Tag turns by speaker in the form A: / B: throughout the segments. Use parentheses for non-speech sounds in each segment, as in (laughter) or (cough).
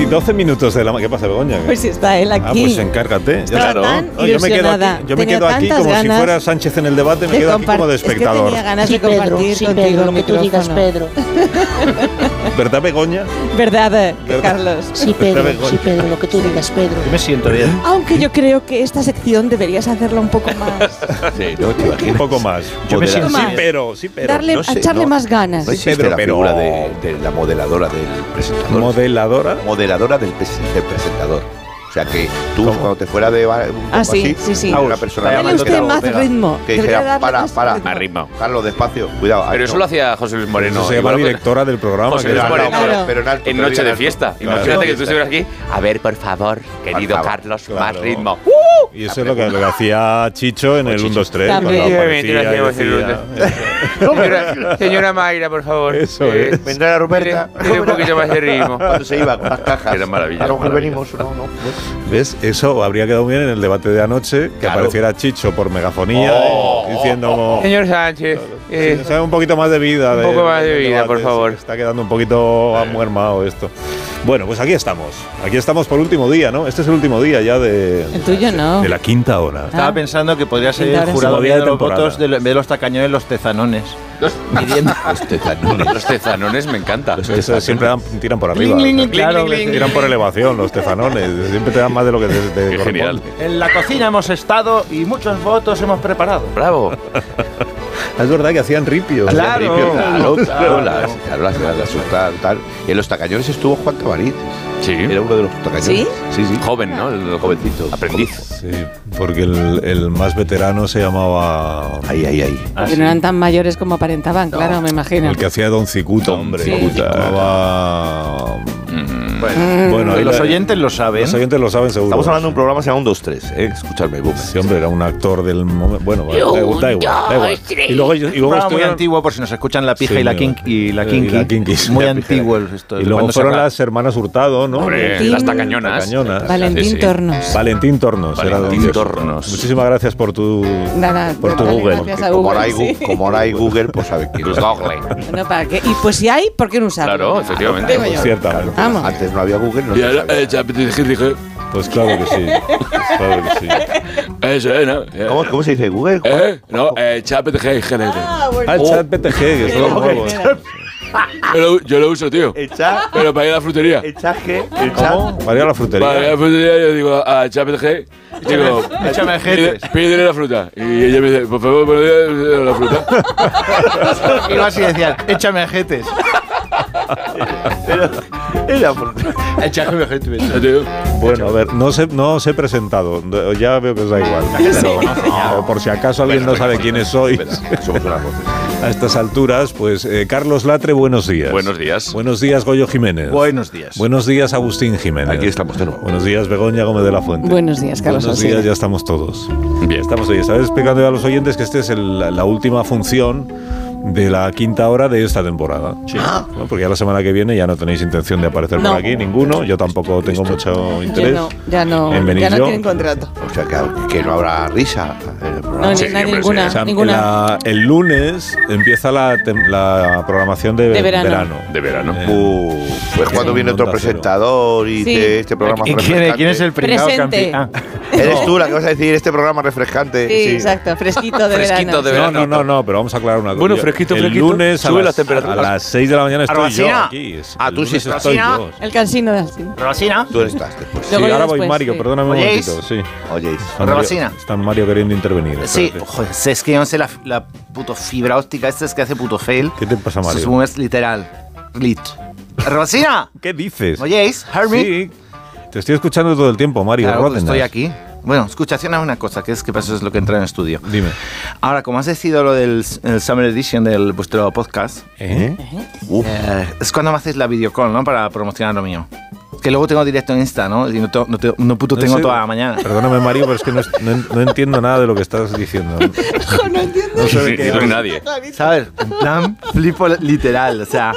A: y 12 minutos de la mañana. ¿Qué pasa, Begoña?
B: Pues si está él aquí.
A: Ah, pues encárgate.
B: Estaba
A: Ya-
B: tan
A: No, yo me quedo
B: ilusionada.
A: aquí, yo me
B: Tenía
A: quedo aquí
B: tantas
A: como si
B: ganas
A: fuera Sánchez en el debate, me
B: de
A: quedo aquí
B: compar-
A: como de
B: Es que
A: espectador.
B: tenía ganas
C: Sí,
B: de
C: Pedro,
B: compartir
C: sí,
B: contigo
C: Pedro,
B: el
C: que tú digas
B: micrófono.
C: Pedro.
A: ¿Verdad, Begoña?
B: ¿Verdad, eh,
A: ¿Verdad?
B: Carlos?
C: Sí,
A: Está
C: Pedro,
A: bien,
C: sí, Pedro, lo que tú digas, Pedro.
D: Yo me siento bien.
B: Aunque yo creo que esta sección deberías hacerla un poco más.
E: Sí, no te
A: Un
E: imaginas.
A: poco más.
D: Yo me
E: Moderar.
D: siento
A: Sí,
B: más.
A: pero, sí, pero.
B: Darle,
E: no sé,
B: a echarle
E: no.
B: más ganas.
E: No existe
A: Pedro,
E: la
A: pero-
E: figura de, de la modeladora del presentador.
A: Modeladora.
E: modeladora del, pres- del presentador. O sea que tú,
A: ¿Cómo?
E: cuando te fuera de ba- un
B: Ah,
E: poco
B: sí,
E: así,
B: sí, sí.
E: a una
D: Vamos,
E: persona
D: dale
B: Dale
D: llamando
B: usted
D: Pedro
B: más
D: Ortega,
B: ritmo.
E: que "Ah,
B: Debería
E: dijera,
B: darle
E: para,
B: más
E: para.
B: ritmo.
F: Arrima.
E: Carlos, despacio, cuidado. ay,
F: Pero eso
E: no.
F: lo hacía José Luis
A: Eso
F: Moreno.
A: se llama
F: Igual que-
A: directora del programa.
F: José
A: que
E: Pero
F: Luis
A: era-
E: en alto,
F: Moreno.
B: Claro.
E: pero en alto,
F: En
E: pero
F: noche
E: digan
F: de
E: alto.
F: fiesta.
A: Claro.
F: Imagínate que tú estuvieras aquí. A ver, por favor, querido
E: favor.
F: Carlos,
A: Claro.
F: más ritmo.
A: Y eso es lo que, lo que hacía Chicho en el 1, 2, 3.
B: También.
A: Cuando
F: Obviamente lo
A: aparecía y
F: hacíamos en el
A: decía-
F: (laughs) Señora, señora Mayra, por favor. Eh,
A: Eso es.
E: Vendrá la Roberta.
F: tiene- tiene un poquito más de ritmo.
E: Cuando se iba con las cajas.
F: Era maravilla,
E: A lo mejor
F: maravilla.
E: venimos, no, no.
A: ¿Ves? Eso habría quedado bien en el debate de anoche, que
E: Claro.
A: apareciera Chicho por megafonía,
E: Oh.
A: eh, diciendo como,
F: Señor Sánchez, eh,
A: "Sí, o sea, un poquito más de vida.
F: un
A: de-
F: poco más de
A: del
F: vida,
A: debate,
F: por
A: sí,
F: favor.
A: que está quedando un poquito amuermado esto. Bueno, pues aquí estamos. Aquí estamos por último día, ¿no? Este es el último día ya de...
B: El tuyo no.
A: De la quinta hora.
D: Estaba
B: Ah.
D: pensando que podría ser
B: Quinta
D: el
B: hora.
D: jurado
A: Como día
D: de
A: de
D: los
A: temporada.
D: votos de, lo- en vez de los tacañones, los tezanones.
E: Los tetanones.
F: los tezanones me encanta.
A: Eso siempre dan- tiran por arriba.
D: Cling, cling,
A: o sea,
D: claro, que sí.
A: Tiran por elevación los tefanones. Siempre te dan más de lo que te, te
F: Qué
A: corresponde.
F: genial.
D: En la cocina hemos estado y muchos votos hemos preparado. (laughs)
F: Bravo.
A: Es verdad que hacían ripios.
D: Claro.
E: Claro, claro,
D: Claro.
E: las, claro, las, las, las asustan, tal. En los tacañones estuvo Juan Tamariz.
F: Sí.
E: Era uno de los tacañones.
B: ¿Sí?
E: Sí, sí.
F: Joven, ¿no? El
E: Jovencito.
F: Aprendiz.
A: Sí, porque el, el más veterano se llamaba.
E: Ahí, ahí, ahí.
B: Porque no eran tan mayores como aparentaban, claro, me imagino.
A: El que hacía Don Cicuta,
E: Don
A: hombre.
B: Cicuta.
A: Se llamaba-
F: Mm.
D: Bueno,
A: Bueno, ahí
D: los
A: la-
D: oyentes lo saben.
A: los oyentes lo saben seguro.
E: Estamos hablando de un programa que se llama 1, 2, 3. ¿eh? Escuchadme, Boomer.
A: Sí, hombre, era un actor del momento. Bueno, da igual, da igual. da igual. Y luego, y luego
D: Un programa muy
A: estuvieron-
D: antiguo, por si nos escuchan la pija
A: Sí,
D: y la
A: mira.
D: kink y la
A: Eh,
D: kinky.
A: y la kinky, sí,
D: Muy
A: la pija.
D: antiguo esto.
A: Y luego
D: cuando se
A: fueron
D: acaba.
A: las hermanas Hurtado, ¿no?
F: Hombre,
B: Valentín.
F: las tacañonas.
A: Tacañonas.
B: Valentín
F: Sí, sí.
B: Tornos.
A: Valentín Tornos. era
F: Valentín
A: donde-
F: Tornos.
A: Muchísimas gracias por tu,
B: Nada,
A: por tu
B: dale
A: Google.
B: gracias a
E: Como ahora hay
B: Google,
E: Gu-
B: sí.
E: como ahora hay Google, pues sabe quién es.
B: Bueno, ¿para qué? Y pues si hay, ¿por qué no usarlo?
F: Claro, efectivamente.
B: Digo
A: Pues
B: yo.
A: Ciertamente.
B: Vamos.
E: Antes no había Google, no se sabía.
G: eh,
A: Pues claro que sí. Pues claro que sí.
E: ¿Cómo, cómo se dice Google?
G: ¿Eh? No, eh, ChatGPT.
B: Ah, bueno.
A: Ah, ChatPTG, que es lo
E: ¿Cómo
A: nuevo.
E: que
G: Yo lo, yo lo uso, tío.
E: Echar,
G: Pero para ir a la frutería.
E: echar qué?
A: ¿Cómo? Para ir a la frutería.
G: Para ir a la frutería yo digo a ChatGPT, digo,
D: Échame
G: pide-
D: jetes.
G: pídele la fruta. Y ella me dice, por favor, pídele
A: (laughs)
G: la fruta.
D: (laughs) Iba así decían,
A: (laughs)
D: échame ajetes.
E: Pero, era
A: (laughs)
E: por-
D: Échame ajetes.
G: Ya, tío.
A: Bueno, a ver, no os he, no os he presentado. No, Ya veo que os da igual. No, por si acaso alguien no sabe quiénes sois
E: Espera, somos una voz.
A: (laughs) a estas alturas, pues eh, Carlos Latre, buenos días.
F: Buenos días.
A: Buenos días, Goyo Jiménez.
D: Buenos días.
A: Buenos días, Agustín Jiménez.
E: Aquí estamos de nuevo.
A: Buenos días, Begoña Gómez de la Fuente.
B: Buenos días, Carlos
A: Buenos
B: Alsina.
A: días, ya estamos todos.
F: Bien.
A: Estamos hoy, ¿sabes? Explicando a los oyentes que esta es el- la la última función de la quinta hora de esta temporada. ¿No? Porque ya la semana que viene ya no tenéis intención de aparecer
B: No.
A: por aquí, ninguno. Yo tampoco tengo mucho
B: Ya
A: interés.
B: no, ya no,
A: en venir
B: ya no
A: yo.
B: tienen contrato.
E: O sea, que, que no habrá risa en el
B: No,
E: programa.
B: ni-
F: Sí,
B: na-
F: hombre,
B: ninguna,
A: O sea,
B: ninguna.
A: la- el lunes empieza la, tem- la programación de,
B: De verano.
F: De verano.
A: Eh,
E: Uh, pues cuando
A: Sí.
E: viene otro
A: Onda cero.
E: presentador y
B: Sí.
E: dice este programa
D: ¿Y quién,
E: refrescante.
D: quién es el pringao
B: Presente.
E: Ah.
D: campeón?
E: (laughs) Eres tú la que vas a decir este programa refrescante.
B: Sí, exacto, fresquito de
F: Fresquito
B: verano.
F: de
A: no,
F: verano.
A: no, no, no, pero vamos a aclarar una cosa.
G: Bueno,
A: Yo-
G: fresquito,
A: el
G: fresquito.
A: lunes a
G: Sube
A: las,
G: las temperaturas.
A: a las 6 de la mañana estoy yo
D: Arbacina.
A: aquí. Es-
E: Ah,
A: el
E: tú sí
A: lunes
E: estás.
A: estoy
D: Arbacina.
A: yo.
B: El cansino de Alsina.
D: Rosina.
E: Tú estás después.
A: Sí,
B: Luego y
A: ahora voy
B: después,
A: Mario,
B: sí.
A: perdóname un
D: ¿Oyéis?
A: momentito. Sí.
E: Oyéis.
A: Está Mario-
D: Rosina.
A: Está Mario queriendo intervenir.
D: Sí,
A: espérate.
D: joder, es que no sé la, la puto fibra óptica esta es que hace puto fail.
A: ¿Qué te pasa, Mario?
D: Supongo que es literal. Lit. Rosina,
A: (laughs) ¿Qué dices?
D: ¿oyéis? Hermie.
A: Sí. Te estoy escuchando todo el tiempo, Mario.
D: Claro, pues
A: Ródenas.
D: estoy aquí. Bueno, escuchación es una cosa, que es que eso es lo que entra en el estudio.
A: Dime.
D: Ahora, como has decidido lo del s- el Summer Edition del vuestro podcast,
A: ¿Eh?
D: eh, es cuando me haces la videocall, ¿no? Para promocionar lo mío. Que luego tengo directo en Insta, ¿no? Y no, te- no te- no puto
A: No
D: tengo
A: sé-
D: toda la mañana.
A: Perdóname, Mario, pero es que no, es- no en- no entiendo nada de lo que estás diciendo.
B: No entiendo.
A: No sé de
F: Ni-
A: qué
F: ni tú ni
A: hablas.
F: nadie.
D: ¿Sabes? En plan, flipo literal. O sea,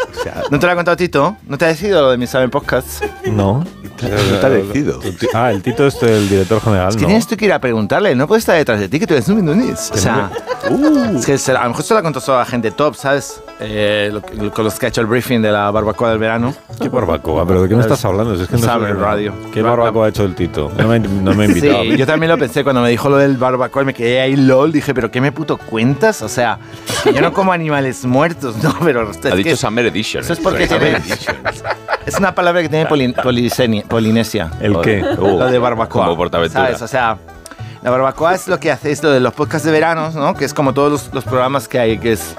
D: ¿no te lo ha contado Tito? ¿No te ha decidido lo de mi Summer Podcast?
A: No.
E: No te ha decidido.
A: Tu ti- Ah, el Tito es el director general,
D: Es que
A: ¿no?
D: tienes tú que ir a preguntarle, no puedes estar detrás de ti, que tú eres un mindunis. O sea, es que se- a lo mejor se lo ha contado solo a la gente top, ¿sabes? eh, lo- lo- con los que ha hecho el briefing de la barbacoa del verano.
A: ¿Qué barbacoa? ¿Pero de qué me estás hablando? Es que no
D: Sabe,
A: sé de-
D: radio.
A: ¿Qué barbacoa ha hecho el Tito? No me, no me ha
D: Sí,
A: invitado.
D: yo también lo pensé cuando me dijo lo del barbacoa y me quedé ahí lol. Dije, ¿pero qué me puto cuentas? O sea, que yo no como animales muertos, (laughs) ¿no? Pero es
F: Ha
D: que-
F: dicho Summer Edition.
D: Eso es porque tiene- es una palabra que tiene poli- polisenia- Polinesia.
A: ¿El qué? Uh.
D: lo de barbacoa.
F: Como Portaventura.
D: ¿Sabes? O sea, la barbacoa es lo que hace, es lo de los podcasts de veranos, ¿no? Que es como todos los, los programas que hay, que es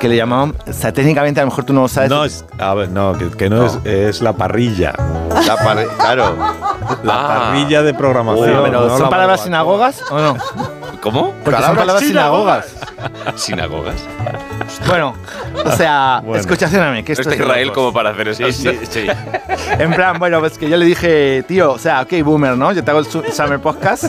D: que le llamamos, o sea, técnicamente a lo mejor tú no sabes.
A: No, es, a ver, no, que, que no,
D: No.
A: Es, es la parrilla.
E: La parre- claro.
A: La
F: Ah.
A: parrilla de
D: Sí,
A: programación.
D: pero
A: no la
D: ¿Son palabras
A: barbacoa.
D: sinagogas
A: (laughs)
D: o no?
F: ¿Cómo?
D: Porque son palabras sinagogas.
F: Sinagogas.
D: Bueno, o (laughs) sea,
A: Bueno.
D: escúchame, que esto
F: Está
D: es
F: Este
D: de
F: Israel
D: locos.
F: como para hacer eso. (laughs)
D: En plan, bueno, pues que yo le dije, tío, o sea, ok, boomer, ¿no? Yo te hago el su- Summer Podcast,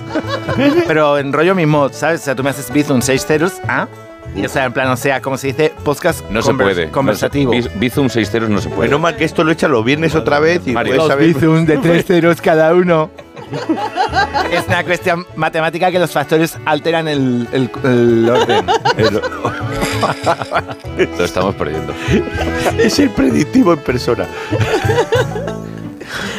D: pero en rollo mismo, ¿sabes? O sea, tú me haces Bizum 6 ceros, ¿ah? Y, o sea, en plan, o sea, como se dice, podcast
F: No se
D: conver-
F: puede.
D: conversativo.
F: No se- Biz- Bizum 6 ceros no se puede.
E: Menos mal que esto lo echa los viernes otra vez y
F: Mario.
D: Los
E: puedes saber.
D: Bizum (laughs) de 3 ceros cada uno. es una cuestión matemática que los factores alteran el, el- el orden.
F: Lo
D: (laughs)
F: estamos perdiendo.
E: (laughs) Es el predictivo en persona.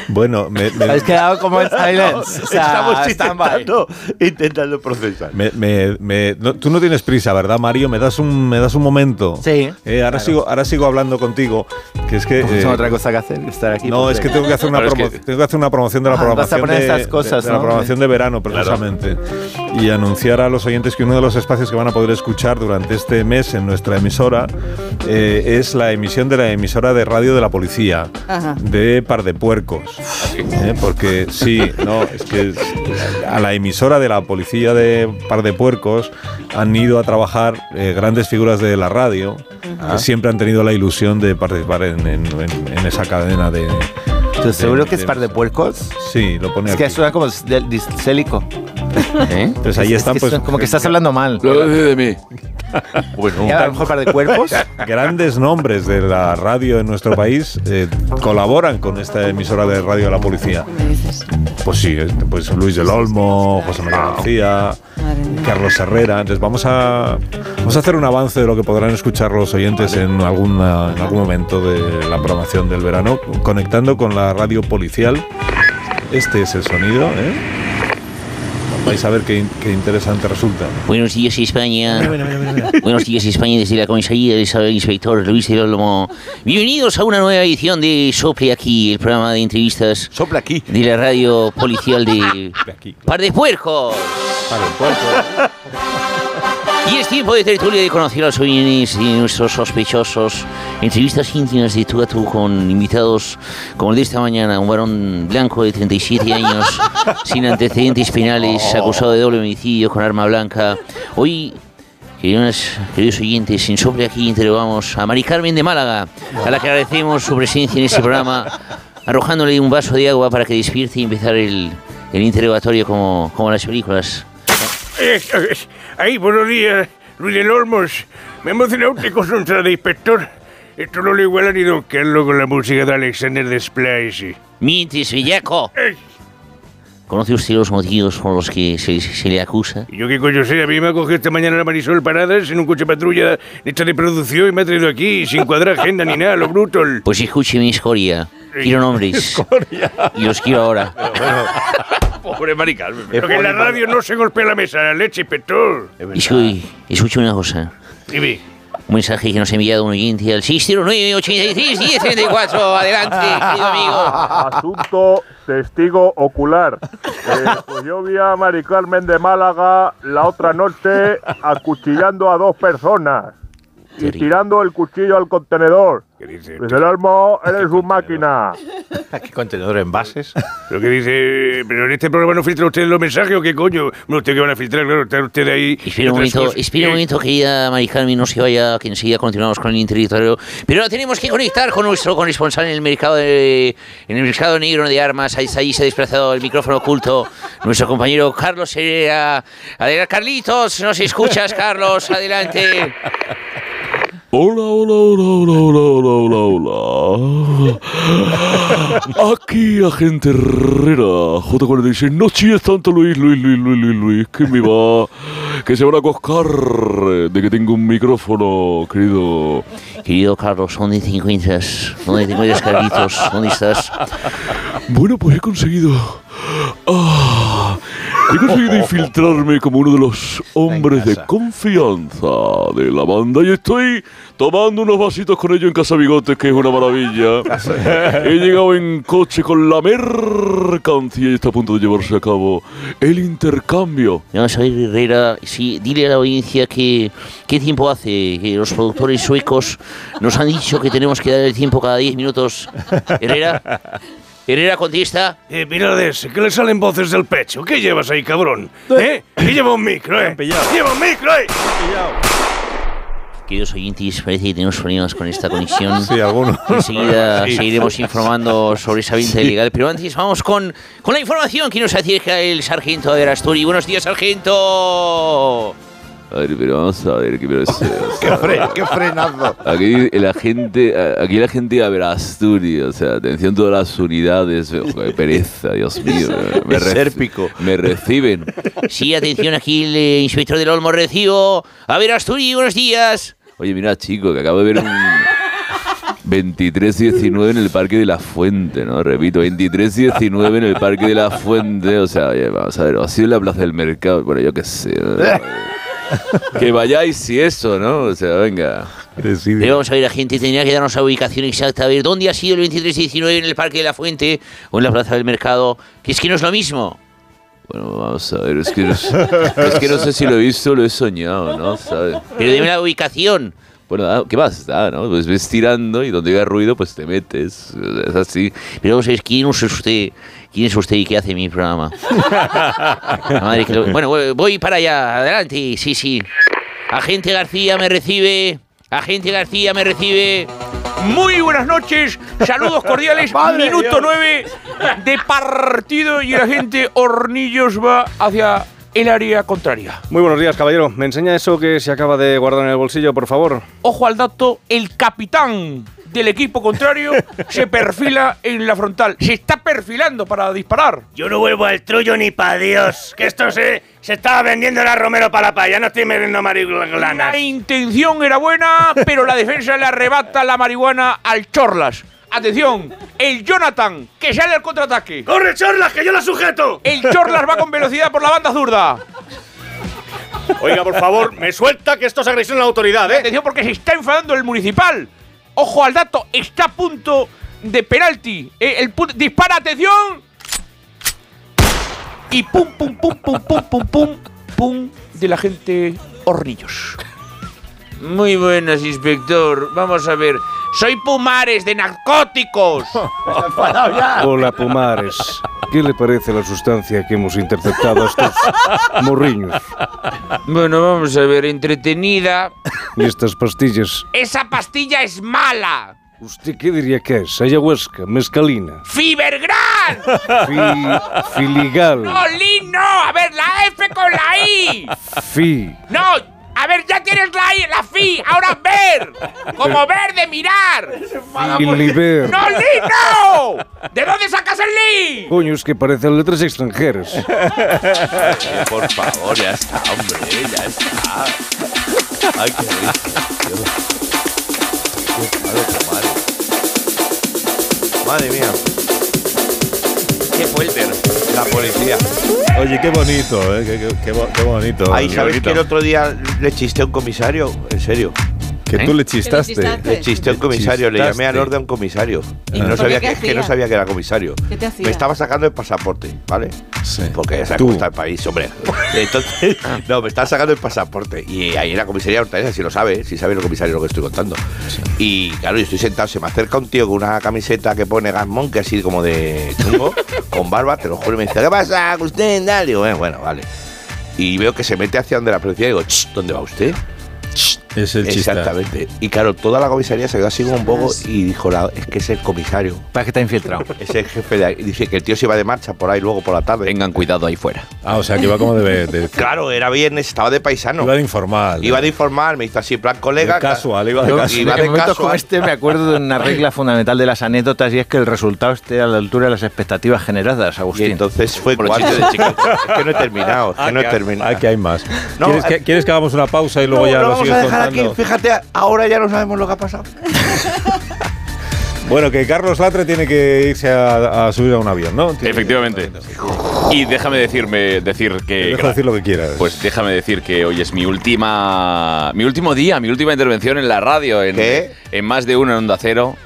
A: Bueno, me, me-
D: Habéis quedado como
E: (laughs)
D: en silence. O sea,
E: Estamos
D: stand-by.
E: intentando, intentando procesar.
A: me- me- me- no, tú no tienes prisa, ¿verdad, Mario? Me das un, me das un momento.
D: Sí.
A: Eh, ahora, sigo, ahora sigo hablando contigo. Que es que.
D: No
A: eh,
D: tengo otra cosa que hacer, que estar aquí.
A: no,
D: pues,
A: es que tengo que hacer una,
F: Pero es
A: promo-
F: que-
A: tengo que hacer una promoción de la
D: Ah, vas a
A: programación
D: poner
A: de,
D: esas cosas,
A: de- de la
D: ¿no?
A: programación de verano, precisamente. Y anunciar a los oyentes que uno de los espacios que van a poder escuchar durante este mes en nuestra emisora eh, es la emisión de la emisora de radio de la policía
B: Ajá.
A: de Par de Puercos. Eh, Porque sí, no, es que a la emisora de la policía de Par de Puercos han ido a trabajar eh, grandes figuras de la radio que siempre han tenido la ilusión de participar en, en- en- en esa cadena de.
D: ¿tú seguro
A: de-
D: que es
A: de-
D: par de puercos?
A: Sí, lo pone
D: Es que
A: aquí.
D: suena como de-
A: (laughs)
D: disléxico.
F: ¿Eh?
A: Entonces ahí
D: Es- es
A: están,
D: que
A: pues.
D: suena como que estás hablando mal.
G: Lo dice de mí.
D: Y a lo mejor par de cuerpos.
A: Grandes nombres de la radio en nuestro país eh, colaboran con esta emisora de radio de la policía.
B: ¿Qué me dices?
A: Pues sí, eh, pues Luis del Olmo, José María García,
B: Madre mía.
A: Carlos Herrera. Entonces vamos a, vamos a hacer un avance de lo que podrán escuchar los oyentes en, alguna, en algún momento de la programación del verano, conectando con la radio policial. Este es el sonido, ¿eh? Vais a ver qué, in- qué interesante resulta.
C: Buenos días, España. Buenos días, España, desde la comisaría del Saber inspector Luis del Olmo. Bienvenidos a una nueva edición de Sople aquí, el programa de entrevistas
E: Sopla aquí.
C: de la radio policial de
A: aquí.
C: Par de Puercos.
A: Para el puerto.
C: Y es tiempo de tertulia de conocer a los oyentes y nuestros sospechosos. Entrevistas íntimas de tú a tú con invitados como el de esta mañana, un varón blanco de 37 años, sin antecedentes penales, acusado de doble homicidio con arma blanca. Hoy, queridos, queridos oyentes, en Sople aquí interrogamos a Mari Carmen de Málaga, a la que agradecemos su presencia en este programa, arrojándole un vaso de agua para que despierte y empezar el, el interrogatorio como, como las películas.
H: Eh, eh, Ay, buenos días, Luis del Olmos. Me ha emocionado usted con su entrada de inspector. Esto no lo iguala ni Don Carlos con la música de Alexander Desplat.
C: Mintis Villaco.
H: Ey.
C: ¿Conoce usted los motivos por los que se, se le acusa?
H: Y yo qué coño sé, a mí me ha cogido esta mañana la Marisol Paradas en un coche patrulla hecha de producción y me ha traído aquí sin cuadrar agenda ni nada, lo bruto.
C: Pues escuche mi escoria. Quiero nombres. Y los
I: (laughs)
C: quiero ahora.
F: Pobre marical.
H: Pero que en la radio no se golpea la mesa, la leche, inspector.
C: Escu- Escuche una cosa.
H: Dime.
C: Un mensaje que nos ha enviado un oyente al 609 86 1034 Adelante, querido amigo.
J: Asunto testigo ocular. Eh, pues yo vi a Mari Carmen de Málaga la otra noche acuchillando a dos personas y
C: Terrible.
J: tirando el cuchillo al contenedor.
H: ¿Qué dice?
J: Luis del Olmo, eres un máquina.
D: Aquí contenedor en bases.
H: ¿Pero qué dice? ¿Pero en este programa no filtra usted los mensajes o qué coño? No, usted que van a filtrar, claro, está usted ahí.
C: Espera un
H: otras
C: momento,
H: cosas.
C: espera un
H: Eh,
C: momento, querida Mari Carmen, no se vaya, que enseguida continuamos con el interrogatorio. Pero ahora tenemos que conectar con nuestro corresponsal en el mercado de- en el mercado negro de armas. Ahí, ahí se ha desplazado el micrófono oculto. Nuestro compañero Carlos Herrera. Adelante, Carlitos, nos escuchas, Carlos, adelante.
G: Hola, hola, hola, hola, hola, hola, hola, hola. Aquí, agente Herrera, J46. No chilles tanto, Luis, Luis, Luis, Luis, Luis, Luis, que me va. que se van a coscar de que tengo un micrófono, querido.
C: Querido Carlos, ¿dónde te encuentras? ¿Dónde te encuentras, Carlitos? ¿Dónde estás?
G: Bueno, pues he conseguido. ah, he conseguido infiltrarme como uno de los hombres de confianza de la banda y estoy tomando unos vasitos con ellos en Casa Bigotes, que es una maravilla. He llegado en coche con la mercancía y está a punto de llevarse a cabo el intercambio.
C: No, soy Herrera. Sí, dile a la audiencia que qué tiempo hace. Que los productores suecos nos han dicho que tenemos que dar el tiempo cada 10 minutos. Herrera, Herrera contesta.
H: Eh, mirad ese, que le salen voces del pecho. ¿Qué llevas ahí, cabrón? ¿Eh? Que lleva un micro, eh. Lleva un micro, eh.
C: Queridos oyentes, parece que tenemos problemas con esta conexión.
A: Sí, alguno.
C: Enseguida
A: Sí.
C: seguiremos informando sobre esa venta
A: Sí.
C: ilegal. Pero antes vamos con, con la información que nos acerca el sargento de Arasturi. Buenos días, sargento.
K: A ver, pero vamos a ver qué pero
E: (laughs) ¡Qué, fre- qué frenazo!
K: Aquí la gente, a- aquí la gente a ver Asturias, o sea, atención todas las unidades, eh, joder, pereza, Dios
E: (laughs)
K: mío, eh, me,
E: Es
K: reci-
E: sérpico.
K: me reciben.
C: Sí, atención, aquí el eh, inspector del Olmo recibo. A ver, Asturi, buenos días.
K: Oye, mira, chico, que acabo de ver un 23-19 en el Parque de la Fuente, ¿no? Repito, 23-19 en el Parque de la Fuente, o sea, oye, vamos a ver, o ha sido en la Plaza del Mercado, bueno, yo qué sé.
E: (laughs)
K: eh, Que vayáis y eso, ¿no? O sea, venga.
C: Pero vamos a ver, la gente tenía que darnos la ubicación exacta. A ver, ¿dónde ha sido el 23-19 en el Parque de la Fuente o en la Plaza del Mercado? Que es que no es lo mismo.
K: Bueno, vamos a ver, es que, no, es que no sé si lo he visto lo he soñado, ¿no? ¿Sabes?
C: Pero dime la ubicación.
K: Bueno, ah, ¿qué más da, no? Pues ves tirando y donde llega ruido, pues te metes. Es así.
C: Pero vamos a ver, ¿quién es usted? ¿Quién es usted y qué hace en mi programa? La madre que lo- Bueno, voy- voy para allá. Adelante, sí, sí. Agente García me recibe. Agente García me recibe.
L: Muy buenas noches, saludos cordiales.
C: (laughs) Madre
L: Minuto
C: Dios.
L: 9 de partido y la gente Hornillos va hacia el área contraria.
I: Muy buenos días, caballero. ¿Me enseña eso que se acaba de guardar en el bolsillo, por favor?
L: Ojo al dato, el capitán del equipo contrario se perfila en la frontal. Se está perfilando para disparar.
M: Yo no vuelvo al trullo ni pa' Dios. Que esto se, se estaba vendiendo la Romero para la paya. No estoy metiendo
L: La
M: mariglanas.
L: intención era buena, pero la defensa le arrebata la marihuana al Chorlas. Atención, el Jonathan, que sale al contraataque.
M: ¡Corre, Chorlas, que yo la sujeto!
L: El Chorlas va con velocidad por la banda zurda.
M: Oiga, por favor, me suelta que esto es agresión a la autoridad, ¿eh?
L: Atención porque se está enfadando el municipal. Ojo al dato, está a punto de penalti. Eh, el pu- dispara, atención. Y pum, pum, pum, pum, pum, pum, pum, pum de la gente hornillos. Muy buenas, inspector. Vamos a ver. Soy Pumares de (laughs) narcóticos.
H: Ah.
I: Hola, Pumares. ¿Qué le parece la sustancia que hemos interceptado a estos morriños
L: Ah, Bueno, vamos a ver, entretenida.
I: y estas pastillas?
L: Esa pastilla es mala.
I: ¿Usted qué diría que es? Ayahuasca, mezcalina,
L: ¡Fibergran!
M: (laughs)
I: fi- filigal,
L: No, Lin, no. A ver, la F con la I.
I: fi.
L: No, a ver, ya tienes la, I- la FI, ahora ver. Como ver de mirar.
I: Filiber.
L: ¡No, Lee, no! ¿De dónde sacas el Lee?
I: Coño, es que parecen letras extranjeras.
K: Eh, Por favor, ya está, hombre, ya está. Ay, qué rico.
E: Qué malo, qué malo. Madre mía.
F: Qué fuerte.
E: La policía.
A: Oye, qué bonito, ¿eh? Qué, qué- qué bo- qué bonito.
E: Ahí,
A: Qué
E: ¿sabes
A: bonito.
E: que el otro día le chisté a un comisario? En serio.
A: ¿Eh? Que tú le chistaste.
E: Le chisté a un
A: Le
E: comisario, le llamé al
A: chistaste.
E: orden a un comisario.
A: ¿Y
E: Y no
A: por
E: sabía
A: qué
E: que,
A: hacía?
E: que no sabía que era comisario.
A: ¿Qué te hacía?
E: Me estaba sacando el pasaporte, ¿vale? Porque ya sabes
A: Tú. Ah.
E: cómo está el país, hombre. (laughs) Entonces, no, me estaba sacando el pasaporte. Y ahí en la comisaría de Hortaleza, si lo sabe, si sabe el comisario lo que estoy contando. Y claro, yo estoy sentado, se me acerca un tío con una camiseta que pone Gasmón, que así como de
A: (laughs)
E: chungo, con barba, te lo juro, y me dice, ¿qué pasa, Agustín? Dale. Y digo, "Eh, bueno, vale. Y veo que se mete hacia donde la policía y digo, "Ch, ¿dónde va usted? Ch,
A: Es el chista.
E: Exactamente. Y claro, toda la comisaría se quedó así como un poco y dijo, la- es que es el comisario.
D: ¿Para qué está infiltrado?
E: (laughs) Es el jefe de ahí. Y Dice que el tío se iba de marcha por ahí luego por la tarde.
N: Tengan cuidado ahí fuera.
A: Ah, o sea, que iba como de... de-
E: (laughs) Claro, era viernes, estaba de paisano.
A: Iba de informal. eh.
E: Iba de informal, me hizo así, en plan colega.
A: De casual, iba de
E: Yo-
A: casual.
E: iba
D: en
E: de
D: momentos como
E: casual.
D: este me acuerdo de una regla fundamental de las anécdotas y es que el resultado esté a la altura de las expectativas generadas, Agustín.
E: entonces fue cuarto de
D: (laughs)
E: chica. Es que no he terminado,
A: Ah,
E: es que no he terminado.
A: Aquí hay más.
E: No,
A: ¿Quieres,
E: eh,
A: que, quieres que hagamos una pausa y (laughs) luego
E: No,
A: ya
E: lo
A: lo,
E: vamos
A: sigues
E: a dejar
A: contando?
E: aquí. Fíjate, ahora ya no sabemos lo que ha pasado.
A: Bueno, que Carlos Latre tiene que irse a, a subir a un avión, ¿no? Tiene-
N: Efectivamente. Y déjame decirme, decir
A: Te
N: que.
A: dejo decir lo que quieras.
N: Pues déjame decir que hoy es mi última. Mi último día, mi última intervención en la radio. En, en más de uno en Onda Cero.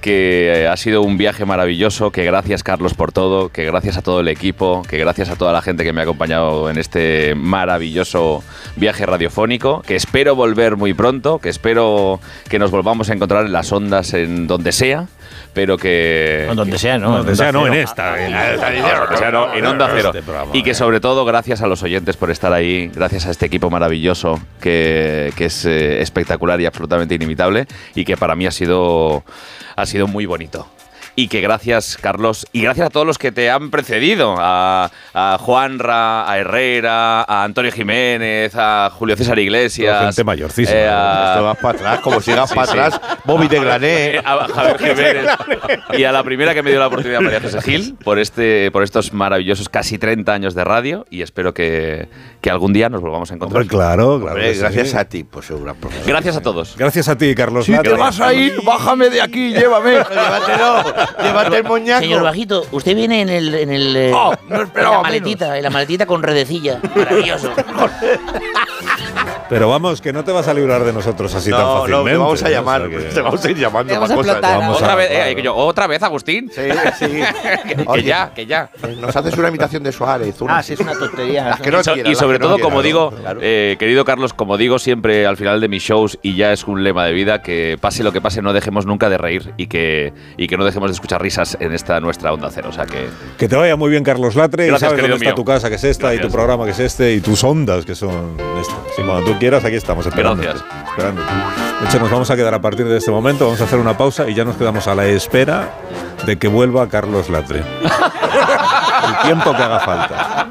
N: Que eh, ha sido un viaje maravilloso. Que gracias, Carlos, por todo. Que gracias a todo el equipo. Que gracias a toda la gente que me ha acompañado en este maravilloso viaje radiofónico. Que espero volver muy pronto. Que espero que nos volvamos a encontrar en las ondas, en donde sea. Pero que.
D: En donde sea, ¿no?
N: En
D: En
N: Onda
D: donde sea, no,
N: Cero.
D: en esta, en-
N: Ah, o sea, no, en Onda
E: Este
N: Cero. Y que sobre todo gracias a los oyentes por estar ahí, gracias a este equipo maravilloso que, que es eh, espectacular y absolutamente inimitable y que para mí ha sido, ha sido muy bonito. Y que gracias, Carlos, y gracias a todos los que te han precedido, a, a Juanra, a Herrera, a Antonio Jiménez, a Julio César Iglesias.
A: Gente mayorcísima.
E: Esto vas para atrás, como sigas
N: Eh, (laughs) Sí,
E: para
N: sí.
E: atrás, Bobby de Glané.
N: (laughs) A Javier Jiménez. Y a la primera que me dio la oportunidad, María José Gil, por, este, por estos maravillosos casi 30 años de radio y espero que, que algún día nos volvamos a encontrar.
A: Hombre, claro, claro.
N: Hombre,
A: que
N: gracias
A: sí.
N: a
E: ti, por seguro.
N: Gracias a todos.
A: Gracias a ti, Carlos Latre.
D: ir, bájame de aquí,
C: (laughs)
D: llévame.
E: (laughs) llévatelo, llévate el moñaco.
C: Señor Bajito, usted viene en el. En el eh, en la maletita, en la maletita con
D: (laughs)
C: redecilla. Maravilloso.
A: Pero vamos, que no te vas a librar de nosotros así
E: No,
A: tan
E: no, te
A: fácilmente.
E: vamos a
A: ¿no?
E: llamar,
A: O sea que-
E: te vamos a ir llamando
A: Te vamos
E: para
A: a
E: cosas.
A: explotar, ¿eh? Vamos
N: otra,
A: a-
N: vez, eh, que yo, otra vez, Agustín.
E: Sí, sí.
N: (laughs) que, que
E: Oye.
N: ya, que ya.
E: Nos haces una imitación de Suárez. una-
D: Ah, sí, es una tontería.
E: Las que no
N: y, so-
E: quiera,
N: y
E: las
N: sobre
E: que no
N: todo,
E: quiera,
N: como
E: ¿no?
N: digo, eh, querido Carlos, como digo siempre al final de mis shows, y ya es un lema de vida, que pase lo que pase, no dejemos nunca de reír y que, y que no dejemos de escuchar risas en esta nuestra onda cero. O sea que
A: Que te vaya muy bien, Carlos Latre. y
N: Gracias,
A: sabes
N: querido
A: dónde está tu
N: mío.
A: casa, que es esta, y
N: Gracias.
A: tu programa, que es este, y tus ondas, que son estas. Y cuando tú quieras, aquí estamos esperando.
N: Gracias.
A: De hecho, nos vamos a quedar a partir de este momento, vamos a hacer una pausa y ya nos quedamos a la espera de que vuelva Carlos
N: (laughs)
A: Latre. El tiempo que haga falta.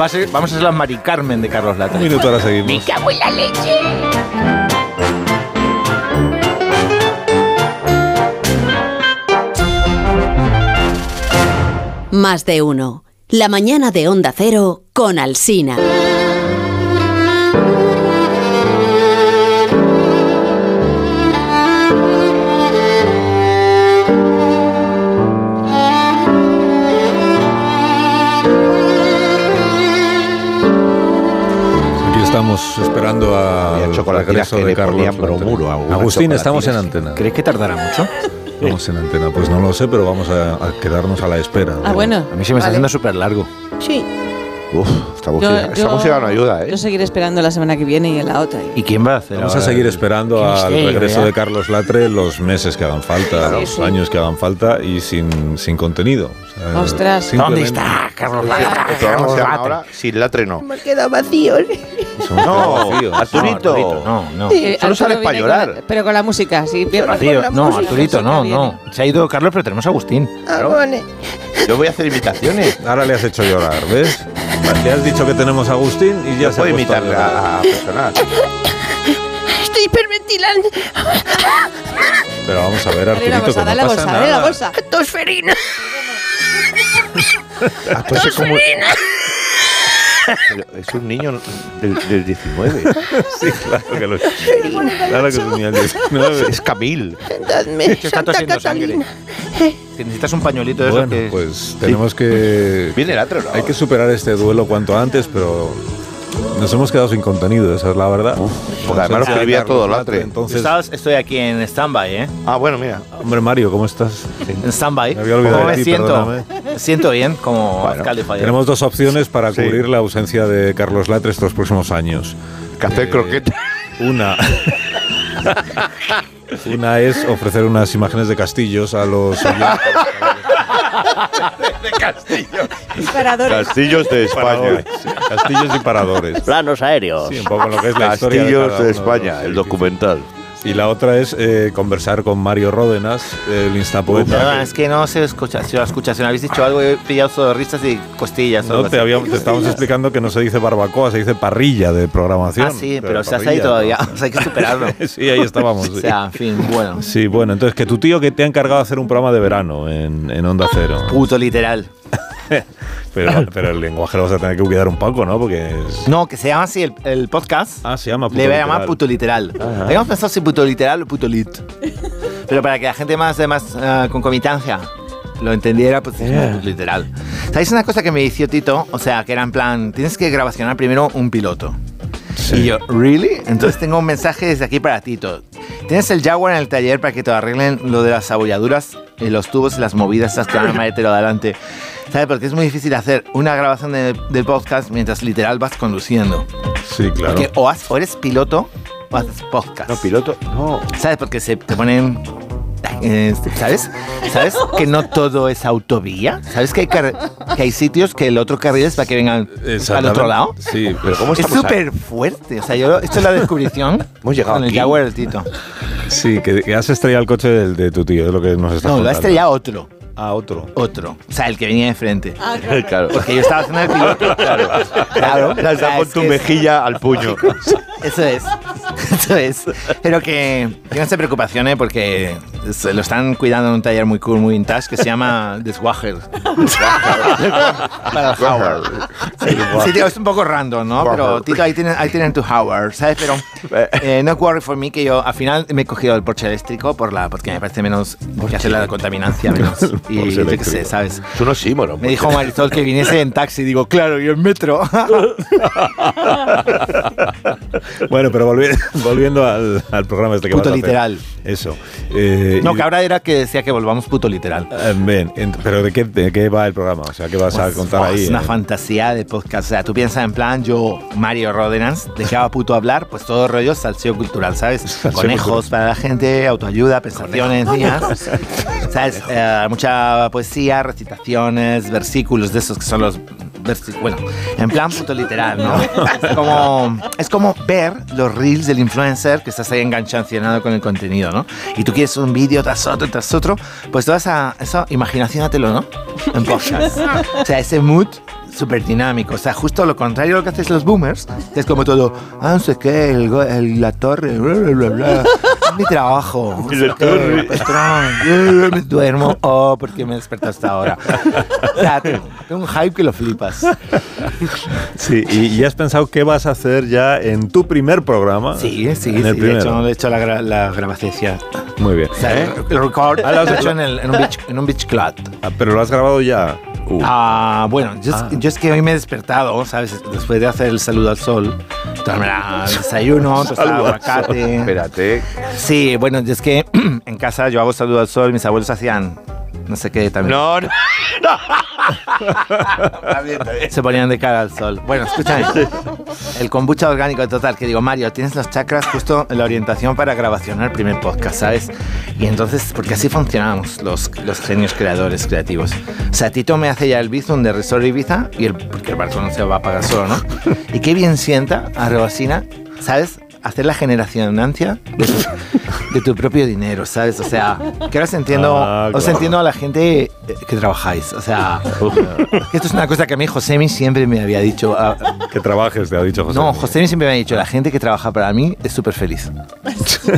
D: Va a ser- vamos a ser las Mari Carmen de Carlos Latre.
A: Un minuto, ahora seguimos.
D: Me
O: cago en la leche.
P: Más de uno. La mañana de Onda Cero con Alsina.
A: Aquí estamos esperando a
E: Había chocolatinas
A: regreso
E: que
A: de
E: le
A: Carlos.
E: ponían
A: Latre.
E: bromuro a unas
A: Agustín, estamos en
E: chocolatinas.
A: antena.
D: ¿Crees que tardará mucho?
A: (laughs) Estamos en antena, pues no lo sé, pero vamos a, a quedarnos a la espera.
B: Ah, bueno.
D: A mí se me
B: Vale.
D: está haciendo súper largo.
B: Sí.
E: Uf, esta música, esta Pues música no ayuda, ¿eh?
B: Yo seguiré esperando la semana que viene y en la otra.
D: ¿Y quién va a hacer?
A: Vamos a
D: ahora?
A: seguir esperando
D: Qué
A: al
D: misterio,
A: regreso
D: ¿eh?
A: de Carlos Latre los meses que hagan falta,
B: Sí,
A: los
B: sí.
A: años que hagan falta y sin, sin contenido. O sea,
B: Ostras.
A: simplemente-
D: Carlos
E: El programa se llama ahora Sin Latre no.
O: Me han quedado vacíos.
E: No,
A: vacíos.
E: Arturito.
D: No, no.
B: Eh, Arturo viene con la- pero con la música, sí. viene con la
D: Arturo, no,
B: música,
D: Arturito, no,
B: viene.
D: no. Se ha ido Carlos, pero tenemos a Agustín.
O: Ah, vale.
E: Yo voy a hacer imitaciones.
A: Ahora le has hecho llorar, ¿ves? Le has dicho que tenemos a Agustín y ya
E: Yo
A: se ha
E: puedo
A: puesto
E: imitar a, a personal.
O: Estoy hiperventilando.
A: Pero vamos a ver,
O: Dale
A: Arturito, que no
O: dale
A: pasa
O: dale
A: nada.
O: Tosferina.
A: Ah, pues,
E: Entonces, como-
O: Tosferina.
E: Pero es un niño del, del 19.
A: (laughs) Sí, claro que lo es.
O: Tosferina.
A: Claro que es un niño del 19.
E: Es Camil.
O: Dadme
D: Se está
O: Santa
D: tosiendo sangre.
O: Catalina.
D: Que Necesitas un pañuelito de
A: Bueno,
D: esos que...
A: pues tenemos que. Hay que superar este duelo cuanto antes, pero. Nos hemos quedado sin contenido, esa es la verdad.
E: porque además lo
A: Ausencia de
E: escribía
A: Carlos
E: todo Latre.
A: Entonces,
D: Estás- estoy aquí en stand-by, ¿eh?
E: Ah, bueno, mira.
A: hombre Mario, ¿cómo estás?
D: En stand-by.
A: Me había olvidado
D: ¿Cómo
A: de
D: me
A: ti,
D: siento?
A: perdóname.
D: Me siento bien, como alcalde Fallero.
A: Tenemos dos opciones para
D: Sí.
A: cubrir la ausencia de Carlos Latre estos próximos años. Eh,
E: Que hacer croquetas. (laughs)
A: Una.
E: (laughs)
A: una es ofrecer unas imágenes de castillos a los oyentes.
O: (laughs)
E: de Castillo.
B: Paradores.
E: Castillos de España.
A: Castillos y paradores.
Q: Planos aéreos.
A: Sí, un poco lo que es la historia
E: Castillos
A: cada
E: de
A: uno los
E: España, el
A: sitios.
E: documental.
A: Y la otra es eh, conversar con Mario Ródenas, el
D: Perdona,
A: instapoeta.
D: es que no se escucha, se escucha. Si me habéis dicho algo, he pillado sonrisas y costillas. o
A: No
D: algo
A: te,
D: así.
A: habíamos, te estábamos explicando que no se dice barbacoa, se dice parrilla de programación.
D: Ah, sí, pero estás ahí todavía. (laughs) O sea, hay que superarlo.
A: (laughs) sí, ahí estábamos.
D: O sea, en Ah, fin, bueno.
A: (laughs) Sí, bueno, entonces que tu tío que te ha encargado de hacer un programa de verano en, en Onda Cero.
D: Puto literal.
A: (laughs) pero, pero el lenguaje lo vas a tener que cuidar un poco, ¿no? Porque es-
D: No, que se llama así el, el podcast.
A: Ah, se llama
D: Le voy a
A: Puto Literal.
D: llamar Puto Literal.
A: Ajá.
D: Habíamos pensado si Puto Literal o Puto Lit. Pero para que la gente más, de más eh, concomitancia lo entendiera, pues es
A: Eh.
L: Yeah.
D: Puto Literal. ¿Sabéis una cosa que me dijo Tito? O sea, que era en plan, tienes que grabacionar primero un piloto. Y yo, ¿really? Entonces tengo un mensaje desde aquí para Tito. Tienes el Jaguar en el taller para que te arreglen lo de las abolladuras, eh, los tubos y las movidas esas que van al maletero de adelante. ¿Sabes? Porque es muy difícil hacer una grabación de, del podcast mientras literal vas conduciendo.
A: Sí, claro.
D: Porque o, has- o eres piloto o haces podcast. No,
E: piloto, no.
D: ¿Sabes? Porque se te ponen... eh, ¿Sabes? ¿Sabes que no todo es autovía? ¿Sabes que hay, car- que hay sitios que el otro carril es para que vengan al otro lado?
A: Sí, pero
E: ¿cómo
D: es
E: estamos a-
D: súper fuerte. O sea, yo, esto es la descubrición.
E: (laughs) Hemos llegado
D: Con el
E: aquí.
D: Jaguar del Tito.
A: Sí, que, que has estrellado el coche del- de, tu tío, es lo que nos estás
D: No, lo ha
A: contando.
D: estrellado otro.
A: Ah, otro.
D: Otro. O sea, el que venía de frente.
E: Ah, claro. Claro.
D: Porque yo estaba
E: (laughs)
D: haciendo el piloto. Claro. Claro.
E: Le has dado con tu mejilla al puño.
D: (laughs) Eso es. Eso es. Pero que se preocupaciones porque se lo están cuidando en un taller muy cool, muy vintage, que se
E: (laughs)
D: llama Deswager. Para Howard. Sí, sí, tío, es un poco random, ¿no? Pero, Tito, ahí tienen, ahí tienen tu Howard, ¿sabes?
E: (laughs)
D: Pero eh, no worry for me, que yo al final me he cogido el Porsche eléctrico por la, porque me parece menos que hacer la contaminancia
E: (laughs)
D: menos. Y yo qué sé, ¿sabes?
E: Es un oxímoron.
D: Me dijo Marisol que viniese en taxi. Digo, claro, yo en
E: (laughs)
D: metro.
A: Bueno, pero volvi- (laughs) volviendo al, al programa este que
D: Puto
A: vas a hacer.
D: literal.
A: Eso. Eh,
D: No,
A: y-
D: que ahora era que decía que volvamos puto literal.
A: Eh, bien, ent- pero ¿de qué, de qué va el programa? O sea, ¿qué vas a
D: Pues,
A: contar
D: oh,
A: ahí?
D: Es una
A: eh?
D: fantasía de podcast. O sea, tú piensas en plan, yo, Mario Rodenans, dejaba puto hablar, pues todo rollo salseo
A: (laughs)
D: cultural, ¿sabes? Conejos
L: cultural.
D: para la gente, autoayuda, pensaciones,
L: Conejos.
D: mías. (laughs) ¿Sabes? Eh, mucha poesía, recitaciones, versículos de esos que son los. versi- Bueno, en plan puto
A: (laughs)
D: literal, ¿no? Es como, es como ver los reels del influencer que estás ahí enganchacionado con el contenido, ¿no? Y tú quieres un vídeo tras otro, tras otro, pues toda esa, eso, imagínatelo, ¿no?
L: (laughs)
D: En podcast. O sea, ese mood súper dinámico. O sea, justo lo contrario a lo que hacen los boomers, que es como todo, ah, no sé qué, el, go- el- la torre, bla, bla, bla, bla. Es mi trabajo.
L: (laughs) Y la
D: No sé qué,
L: torre.
D: patrón. Me duermo, oh, porque me despertado hasta ahora. (laughs) O sea, tengo tengo un hype que lo flipas.
A: (laughs) Sí, y, y has pensado qué vas a hacer ya en tu primer programa.
D: Sí, sí,
A: en el
D: sí, de
A: primero.
D: hecho, no le he hecho la, gra- la grabación.
A: Muy bien.
D: O sea,
A: ¿Eh?
D: el record
A: Ah, lo has
D: lo he hecho
A: hecho.
D: en, el- en un beach, en un beach club.
A: Ah, pero lo has grabado ya. Uh.
D: Ah, bueno, yo, es-
A: Ah.
D: yo es que hoy me he despertado, ¿sabes? Después de hacer el saludo al sol, tomarme la- el
A: (laughs)
D: desayuno, tostada de
E: Saludo al sol.
D: aguacate.
E: Espérate.
D: Sí, bueno, yo es que (clears throat) en casa yo hago saludo al sol, mis abuelos hacían no sé qué también.
E: No, no.
D: Se ponían de cara al sol. Bueno, escúchame. El kombucha orgánico total, que digo, Mario, tienes los chakras justo en la orientación para grabación el primer podcast, ¿sabes? Y entonces, porque así funcionamos los, los genios creadores creativos. O sea, Tito me hace ya el bizum de Resort Ibiza, y el, porque el barco no se va a pagar solo, ¿no? Y qué bien sienta a Rebasina, ¿sabes? Hacer la generacionancia de tu, de tu propio dinero, ¿sabes? O sea, que ahora os entiendo,
L: Ah,
D: os
L: claro.
D: entiendo a la gente eh, que trabajáis. O sea, que esto es una cosa que a mí Josemi siempre me había dicho. ah,
A: que trabajes, te ha dicho Josemi.
D: No, Josemi siempre me ha dicho, la gente que trabaja para mí es súper feliz.
A: (laughs)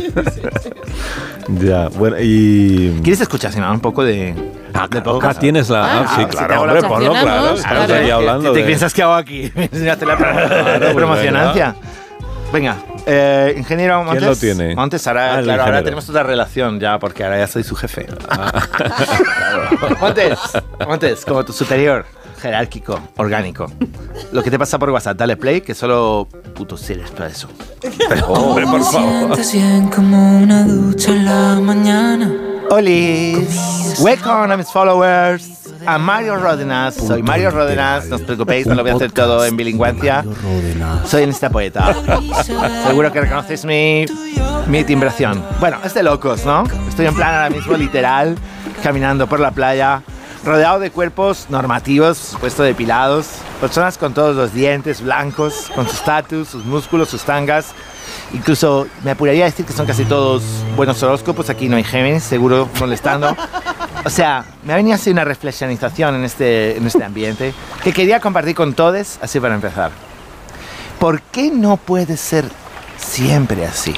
A: Ya, bueno, y.
D: ¿Quieres escuchar, si no, un poco de. de podcast?
A: Ah, tienes la- ah, sí,
D: si
A: claro,
D: te hago la
A: hombre, ponlo,
D: promocionamos,
A: claro, estamos
D: claro.
A: aquí hablando
D: ¿Te
A: de-
D: piensas que hago aquí? (laughs) Me enseñaste la pro- (laughs)
A: pues
D: promocionancia. Venga, eh, ingeniero Montes.
A: lo tiene?
D: Montes, ahora,
A: Ah, el
D: claro, ahora
A: ingeniero. Ah.
D: tenemos otra relación ya, porque ahora ya soy su jefe.
A: (laughs)
D: Montes, Montes, como tu superior, jerárquico, orgánico. Lo que te pasa por WhatsApp, dale play, que solo putos seres para
A: (laughs)
D: eso.
R: Hombre, por favor. bien como una ducha en la mañana.
D: Olis, welcome a mis followers. A Mario Rodenas, soy Mario Rodenas, no os preocupéis, no lo voy a hacer todo en bilingüencia. Soy en esta poeta. Seguro que reconoces mi, mi timbración. Bueno, es de locos, ¿no? Estoy en plan ahora mismo literal, caminando por la playa, rodeado de cuerpos normativos, puesto depilados, personas con todos los dientes blancos, con sus tatus, sus músculos, sus tangas. Incluso me apuraría a decir que son casi todos buenos horóscopos, aquí no hay Géminis, seguro molestando. O sea, me ha venido así una reflexionización en este, en este ambiente que quería compartir con todos, así para empezar. ¿Por qué no puede ser
A: (laughs)
D: siempre así?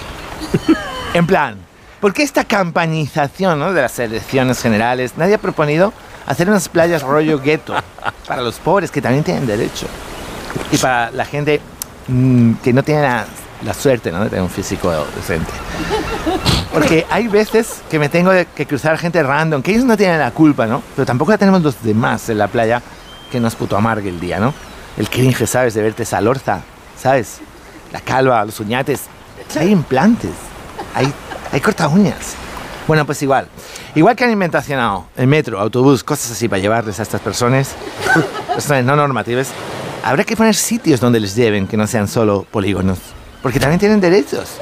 D: En plan, ¿por qué esta campanización ¿no? de las elecciones generales? Nadie ha proponido hacer unas playas rollo gueto para los pobres que también tienen derecho. Y para la gente mm, que no tiene la, la suerte ¿no? de tener un físico decente. Porque hay veces que me tengo de- que cruzar gente random, que ellos no tienen la culpa, ¿no? Pero tampoco la tenemos los demás en la playa que nos puto amargue el día, ¿no? El cringe, ¿sabes? De verte esa lorza, ¿sabes? La calva, los uñates. Hay implantes, hay, hay corta uñas. Bueno, pues igual. Igual que han inventacionado el metro, autobús, cosas así para llevarles a estas personas, (laughs) personas no normativas, habrá que poner sitios donde les lleven que no sean solo polígonos. Porque también tienen derechos.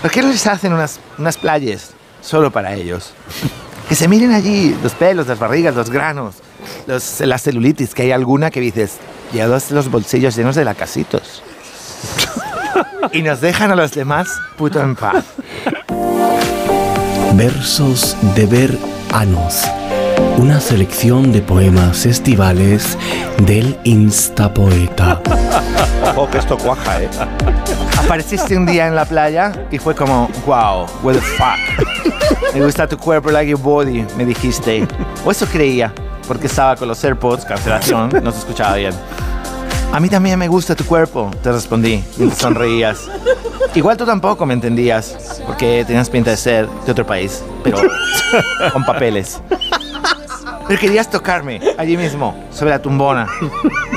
D: ¿Por qué no les hacen unas, unas playas solo para ellos? (laughs) Que se miren allí los pelos, las barrigas, los granos, los, la celulitis, que hay alguna que dices, llevas los bolsillos llenos de lacasitos. (laughs) y nos dejan a los demás puto en paz.
Q: Versos de Ver Anus. Una selección de poemas estivales del Instapoeta.
E: Ojo, que esto cuaja, ¿eh?
D: Apareciste un día en la playa y fue como, wow, what the fuck. Me gusta tu cuerpo, like your body, me dijiste. O eso creía, porque estaba con los AirPods, cancelación, no se escuchaba bien. A mí también me gusta tu cuerpo, te respondí, mientras sonreías. Igual tú tampoco me entendías, porque tenías pinta de ser de otro país, pero con papeles. Pero querías tocarme allí mismo, sobre la tumbona.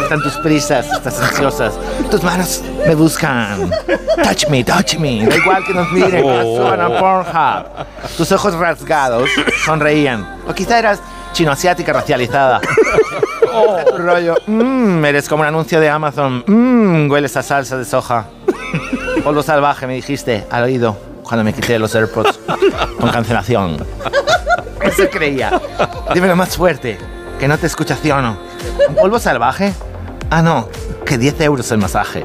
D: Están tus prisas, estás ansiosas. Tus manos me buscan. Touch me, touch me. Da igual que nos miren,
L: Oh.
D: suban a Pornhub. Tus ojos rasgados sonreían. O quizá eras chino-asiática racializada. Rollo, mmm, eres como un anuncio de Amazon. Mmm, hueles a salsa de soja. Polvo salvaje, me dijiste al oído cuando me quité los AirPods con cancelación. Eso creía. Dímelo más fuerte, que no te escuchaciono. ¿Un polvo salvaje? Ah, no, que 10 euros el masaje.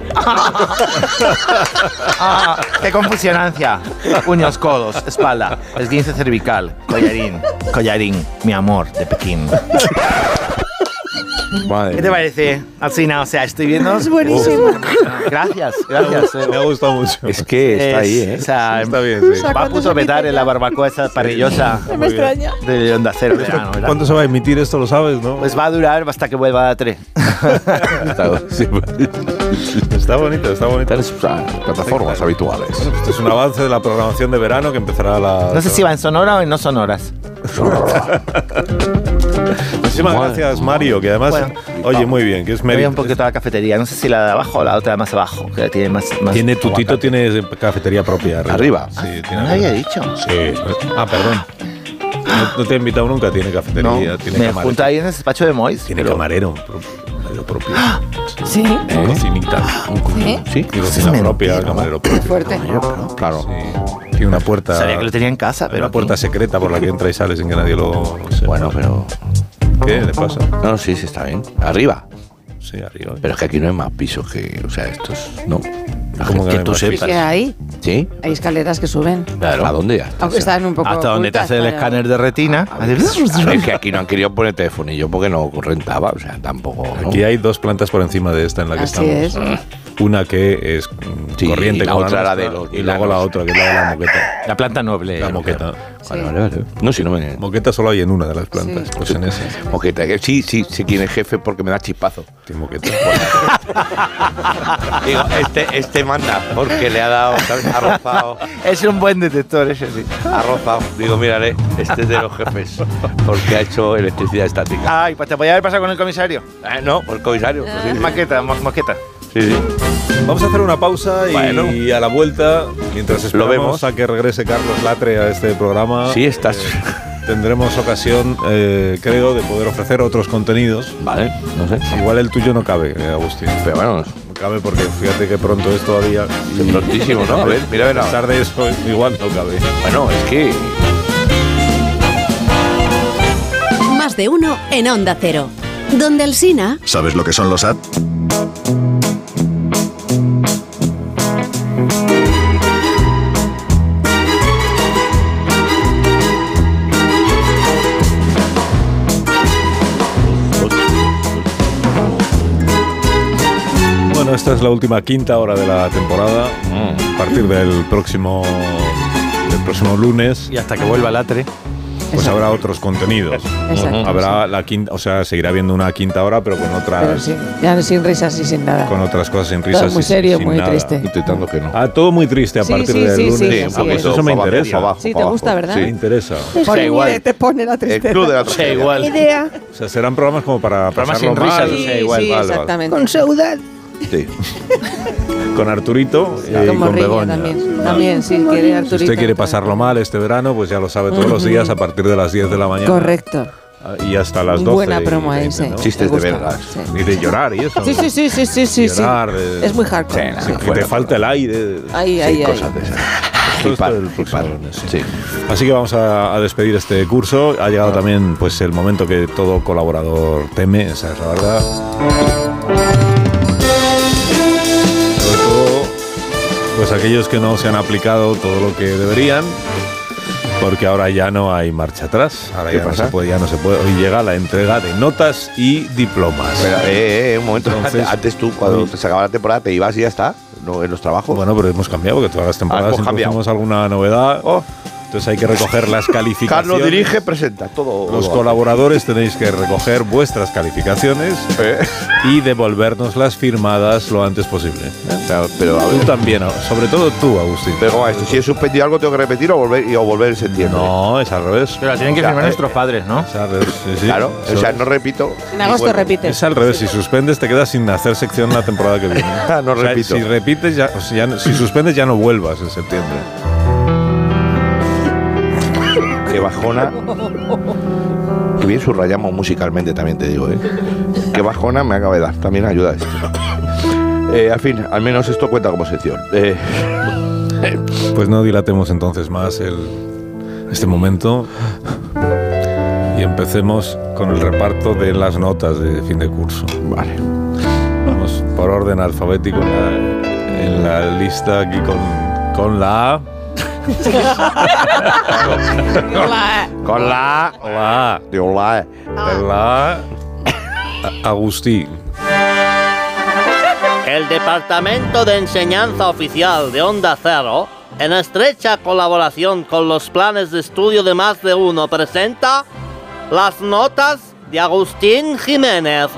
D: Ah, (laughs) ¡Qué confusionancia! Uños, codos, espalda, esguince cervical, collarín, collarín, mi amor de Pekín. ¿Qué te parece? Así, no, o sea, estoy viendo.
E: Es buenísimo.
D: Gracias, gracias. eh.
A: Me ha gustado mucho.
E: Es que está ahí, ¿eh?
D: O sea, em,
A: Está bien, sí.
D: va a puto petar en la barbacoa esa parrillosa.
A: Me extraña.
D: De onda cero, verano, verano.
A: ¿Cuánto se va a emitir esto? Lo sabes, ¿no? (laughs)
D: Pues va a durar hasta que vuelva a la 3.
A: Está bonito, está bonito.
E: plataformas habituales.
A: Este es un avance de la programación de verano que empezará a la.
D: No sé si va en Sonora o en no Sonoras.
A: Muchísimas
D: Madre.
A: gracias, Mario, que además.
D: Bueno.
A: oye, muy bien, que es
D: Me voy
A: mérito.
D: un poquito a la cafetería. No sé si la de abajo o la otra más abajo, que tiene más. más
A: Tiene tutito,
D: aguacate.
A: tiene cafetería propia.
D: Arriba. Ah,
A: Sí,
D: No
A: tiene.
D: lo había dicho.
A: Sí. Ah, perdón. No, no te he invitado nunca, tiene cafetería, tiene
D: Me
A: camarero.
D: junta ahí en el despacho de Mois.
A: Tiene camarero pro- camarero propio.
B: Sí.
D: ¿Eh?
A: Una Cocinita.
B: ¿Sí?
A: Sí, y cocina propia, camarero propio.
B: Fuerte.
A: Claro. Tiene una puerta.
D: Sabía que lo tenía en casa, pero.
A: Una puerta secreta por la que entra y sale sin que nadie lo sepa. Bueno,
E: pero.
A: ¿Qué le pasa?
E: No, sí, sí, está bien. Arriba.
A: Sí, arriba.
E: Pero es que aquí no hay más pisos que. O sea, estos. No. La
A: ¿Cómo que no
E: gente
A: hay
E: que tú
A: más
E: sepas.
B: Que hay,
E: ¿Sí,
B: hay escaleras que suben.
E: claro. ¿A dónde ya?
B: Aunque están un poco.
D: Hasta donde te
B: ocultas,
D: hace el
B: pero-
D: escáner de retina.
A: (laughs)
E: Es que aquí no han querido poner telefonillo porque no rentaba, o sea, tampoco. ¿no?
A: Aquí hay dos plantas por encima de esta en la que
B: Así
A: estamos. Una que es mm,
E: Sí,
A: corriente
E: y la
A: como
E: otra la
A: nuestra,
E: de los
A: y luego la
E: milanos.
A: otra que es la de la moqueta.
D: La planta noble.
A: La moqueta.
E: Vale, vale, vale. No, si no me.
A: Moqueta solo hay en una de las plantas, pues en esa.
E: Moqueta, que sí, sí, sé quién es jefe porque me da chispazo.
A: Sí, moqueta. (laughs)
E: Digo, este, este manda porque le ha dado, ¿sabes? ha rozado,
D: Es un buen detector, ese sí.
E: ha rozado. Digo, mírale, este es de los jefes porque ha hecho electricidad estática.
D: Ay, pues te podía haber pasado con el comisario.
E: Eh, no, por comisario. pues sí, sí.
D: Maqueta, mo- moqueta.
E: Sí, sí.
A: Vamos a hacer una pausa y
E: Bueno.
A: a la vuelta, mientras
E: Lo
A: esperamos
E: vemos.
A: a que regrese Carlos Latre a este programa. Eh,
E: Sí, estás.
A: Tendremos ocasión, eh, creo, de poder ofrecer otros contenidos.
E: Vale, no sé.
A: Igual el tuyo no cabe, eh, Agustín.
E: Pero bueno,
A: No cabe porque fíjate que pronto es todavía.
E: Es prontísimo, ¿no? A ver, mira, a ver
A: A
E: ahora.
A: pesar de eso, igual no cabe.
E: Bueno, es que.
P: Más de uno en Onda Cero. Donde Alsina.
S: ¿Sabes lo que son los apps?
A: Bueno, esta es la última quinta hora de la temporada. A partir del próximo, del próximo lunes. Y hasta que vuelva Latre. Pues habrá otros contenidos.
B: Exacto.
A: Habrá la quinta, o sea, seguirá habiendo una quinta hora, pero con otras,
B: Pero sí, ya sin risas y sin nada.
A: con otras cosas sin risas.
B: Todo muy
A: y sin-
B: serio,
A: sin
B: muy
A: nada.
B: triste.
E: Intentando que no.
A: Ah, todo muy triste a
B: Sí,
A: partir
B: sí,
A: del
B: sí,
A: lunes.
B: sí, Sí, un poquito,
A: eso me
B: pa'
A: interesa.
B: abajo, Sí, pa' te abajo. gusta, ¿verdad?
A: Me interesa.
B: Eso ni de- te pone la tristeza.
O: Idea.
A: O sea, serán programas como para
O: Programas sin
A: pasarlo
O: risas,
A: mal.
O: o sea, Sí, igual. sí,
A: Vale, vale.
B: exactamente.
O: Con saudad.
B: (laughs)
A: Sí. con Arturito eh, y
B: Con
A: con
B: Morriña
A: Begoña.
B: también. También, sí, (laughs) quiere
A: Si
B: Arturito.
A: usted quiere pasarlo mal este verano, pues ya lo sabe todos los
B: Ujú.
A: días a partir de las 10 de la mañana.
B: Correcto.
A: Y hasta las 12.
B: Buena
A: y
B: promo
A: 20,
B: ese.
A: ¿no?
B: Chistes Me de gusta, vergas.
A: Y de llorar y eso.
B: Sí, sí, sí, sí, sí, sí. sí.
A: Llorar, de-
B: Es muy hardcore.
A: Sí, que te falta el aire.
B: Ahí,
A: Sí,
B: ahí, ahí.
A: cosas de esas. Todo esto del próximo lunes, sí. Así que vamos a, a despedir este curso. Ha llegado también pues el momento que todo colaborador teme, esa es la verdad. Sobre todo, pues aquellos que no se han aplicado todo lo que deberían. Porque ahora ya no hay marcha atrás. Ahora
E: ¿Qué
A: ya no
E: pasa?
A: se puede, ya no se puede. Hoy llega la entrega de notas y diplomas.
E: Espera, eh, eh, un momento.
A: Entonces-
E: Antes tú, cuando se acababa la temporada, te ibas y ya está. No, en los trabajos. Ah,
A: Bueno, pero hemos cambiado, porque todas las temporadas
E: hemos cambiado.
A: introducimos alguna novedad. Oh, Entonces hay que recoger las calificaciones.
E: (laughs) Carlos dirige, presenta todo.
A: Los
E: todo.
A: colaboradores tenéis que recoger vuestras
E: (laughs)
A: calificaciones
E: ¿Eh?
A: y devolvernos las firmadas lo antes posible. pero tú también, sobre todo tú, Agustín.
E: Pero ¿cómo es esto? Si he suspendido algo, tengo que repetir o volver, y, o volver en septiembre.
A: No, es al revés.
E: Pero la
D: tienen que firmar nuestros
E: padres, ¿no?
A: Es al revés, sí, sí.
E: eh, Claro, o sea, no repito.
B: En agosto repites.
A: Es al revés, si suspendes te quedas sin hacer sección la temporada que viene.
E: (laughs) No
A: O sea,
E: repito.
A: Si repites, ya, o sea, ya no- si suspendes ya no vuelvas en septiembre.
E: Que bajona. Que bien subrayamos musicalmente, también te digo, ¿eh? Que bajona me acaba de dar. También ayuda esto.
A: (laughs)
E: Eh, al fin, al menos esto cuenta como sección. Eh,
A: Pues no dilatemos entonces más el, este momento y empecemos con el reparto de las notas de fin de curso. Vale. Vamos por orden alfabético en la, en la lista aquí con, con la A.
E: Con la A.
A: Con la A.
E: Digo, la E. A.
A: La A. Agustín.
T: El Departamento de Enseñanza Oficial de Onda Cero, en estrecha colaboración con los planes de estudio de más de uno, presenta las notas de Agustín Jiménez.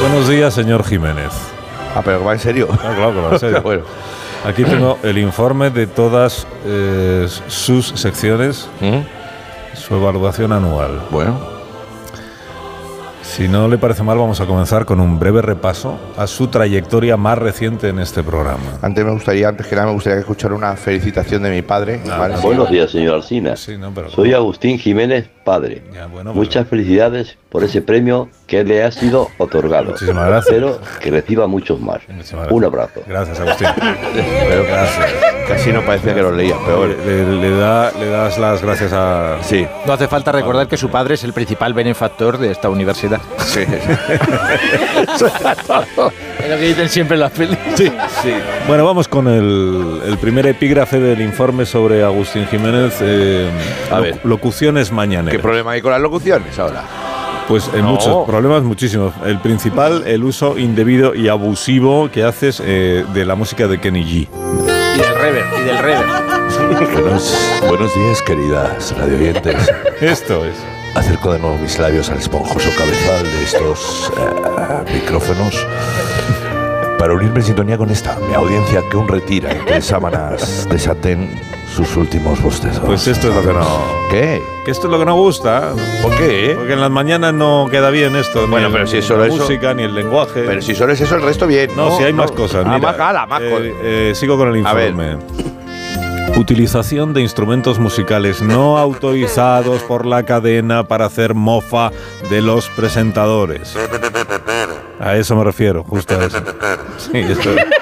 A: Buenos días, señor Jiménez.
E: Ah, pero va en serio.
A: claro, que va
E: (laughs)
A: en serio.
E: Bueno.
A: Aquí tengo el informe de todas eh, sus secciones,
E: ¿Mm?
A: su evaluación anual. Bueno. Si no le parece mal, vamos a comenzar con un breve repaso a su trayectoria más reciente en este programa.
E: antes me gustaría, antes que nada, me gustaría escuchar una felicitación de mi padre.
A: Ah,
E: ¿vale?
U: Buenos días, señor Alsina. Soy Agustín Jiménez, padre. Muchas felicidades por ese premio que le ha sido otorgado.
A: Muchísimas gracias.
U: Espero que reciba muchos más. Un abrazo. (laughs)
A: Gracias, Agustín.
E: Pero gracias. Casi no parecía que lo leía, peor.
A: Le, le da, le das las gracias a.
E: Sí.
D: No hace falta recordar que su padre es el principal benefactor de esta universidad. (laughs)
E: Sí.
D: es lo que dicen siempre en las pelis. Sí, sí.
A: Bueno, vamos con el, el primer epígrafe del informe sobre Agustín Jiménez. eh,
E: A
A: lo-
E: ver.
A: Locuciones mañaneras.
E: ¿Qué problema hay con las locuciones ahora?
A: Pues eh,
E: No.
A: muchos problemas, muchísimos. El principal, el uso indebido y abusivo que haces eh, de la música de Kenny G.
D: Y del rever, y del rever.
V: Buenos, buenos días, queridas radioyentes.
A: Esto es.
V: Acerco de nuevo mis labios al esponjoso cabezal de estos eh, micrófonos para unirme en sintonía con esta, mi audiencia que aún retira entre sábanas de satén sus últimos bostezos.
A: Pues esto es lo que no.
E: ¿Qué?
A: Que esto es lo que no gusta.
E: ¿Por qué?
A: Porque en las mañanas no queda bien esto.
E: Bueno,
A: ni
E: pero
A: el-
E: si solo
A: la
E: eso-
A: música, ni el lenguaje.
E: Pero si solo es eso, el resto bien.
A: No, si hay más cosas.
E: Ah,
A: mira.
E: más gala, más
A: Eh,
E: cosas.
A: eh, sigo con el
E: A ver.
A: informe. Utilización de instrumentos musicales no autorizados por la cadena para hacer mofa de los presentadores. A eso me refiero, justo a eso. Sí, esto es.
E: (laughs)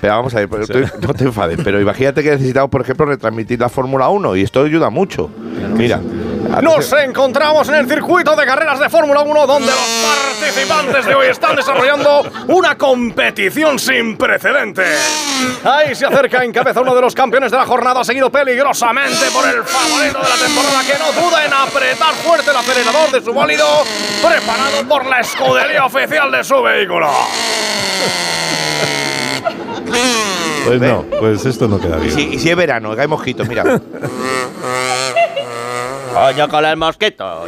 E: Pero vamos a ver, pero tú- no te enfades, pero imagínate que necesitamos, por ejemplo, retransmitir la Fórmula 1 y esto ayuda mucho. Mira.
M: Nos encontramos en el circuito de carreras de Fórmula 1 donde los participantes de hoy están desarrollando una competición sin precedentes. Ahí se acerca en cabeza uno de los campeones de la jornada, seguido peligrosamente por el favorito de la temporada que no duda en apretar fuerte el acelerador de su bólido, preparado por la escudería oficial de su vehículo.
A: Pues no, pues esto no queda
E: Y
A: bien.
E: si, y si es verano, que hay mosquitos,
A: (laughs)
E: mira.
T: Coño, con el mosquito.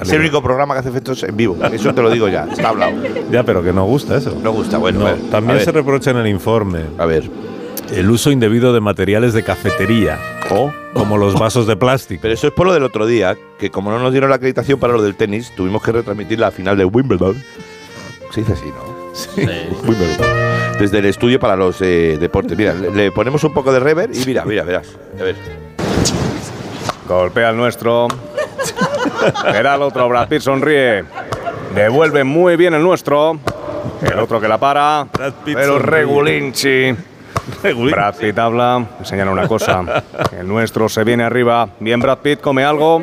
E: Es el único programa que hace efectos en vivo. Eso te lo digo ya, está hablado.
A: Ya, pero que no gusta eso.
E: No gusta, bueno.
A: No,
E: a ver, a
A: también
E: ver.
A: se reprocha en el informe.
E: A ver.
A: El uso indebido de materiales de cafetería.
E: Oh.
A: Como los vasos de plástico.
E: Pero eso es por lo del otro día, que como no nos dieron la acreditación para lo del tenis, tuvimos que retransmitir la final de Wimbledon. Se dice así, ¿no? Sí. Wimbledon. Desde el estudio para los eh, deportes. Mira, le, le ponemos un poco de rever y mira, mira,
A: (laughs)
E: verás. A ver.
I: Golpea al nuestro. Le da al otro, Brad Pitt sonríe. Devuelve muy bien el nuestro. El otro que la para.
A: Pitt
I: Pero
A: sonríe.
I: Regulinchi. Brad Pitt habla, enseñan una cosa. El nuestro se viene arriba. Bien, Brad Pitt come algo.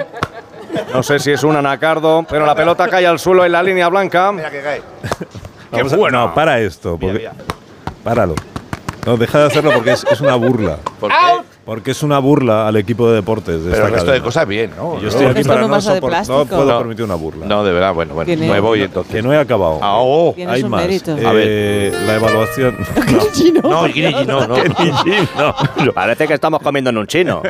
I: No sé si es un anacardo, pero la pelota cae al suelo en la línea blanca.
A: Vamos a- No, para esto. Porque, Páralo. No, deja de hacerlo porque es, es una burla. Porque es una burla al equipo de deportes. De
E: Pero
A: esta
E: el resto
A: cadena.
E: de cosas bien, ¿no?
A: Y Yo estoy aquí
E: Esto
A: para
E: no
A: no,
E: pasa de
A: sopor- no
E: plástico.
A: puedo
E: No.
A: permitir una burla.
E: No, de verdad, bueno, bueno.
A: Tiene-
E: Me voy
A: no,
E: entonces.
A: Que no he acabado.
E: Ah, oh,
A: Hay
E: un
A: más.
E: mérito.
A: Eh,
E: A
A: La
E: (laughs)
A: evaluación.
E: No, no, Guille, no, (laughs) no.
J: Parece que estamos comiendo en
A: (laughs)
J: un chino.